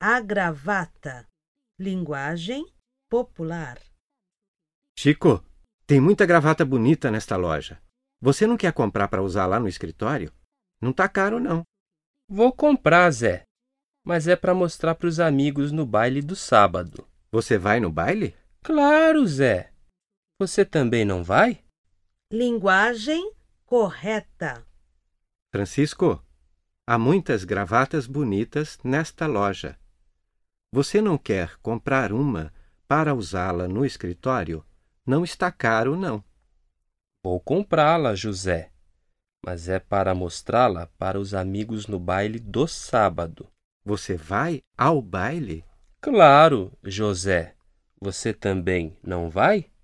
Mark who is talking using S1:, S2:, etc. S1: A gravata. Linguagem popular.
S2: Chico, tem muita gravata bonita nesta loja. Você não quer comprar para usar lá no escritório? Não tá caro, não.
S3: Vou comprar, Zé. Mas é para mostrar para os amigos no baile do sábado.
S2: Você vai no baile?
S3: Claro, Zé. Você também não vai?
S1: Linguagem correta.
S2: Francisco, há muitas gravatas bonitas nesta loja. Você não quer comprar uma para usá-la no escritório? Não está caro, não.
S3: Vou comprá-la, José. Mas é para mostrá-la para os amigos no baile do sábado.
S2: Você vai ao baile?
S3: Claro, José. Você também não vai?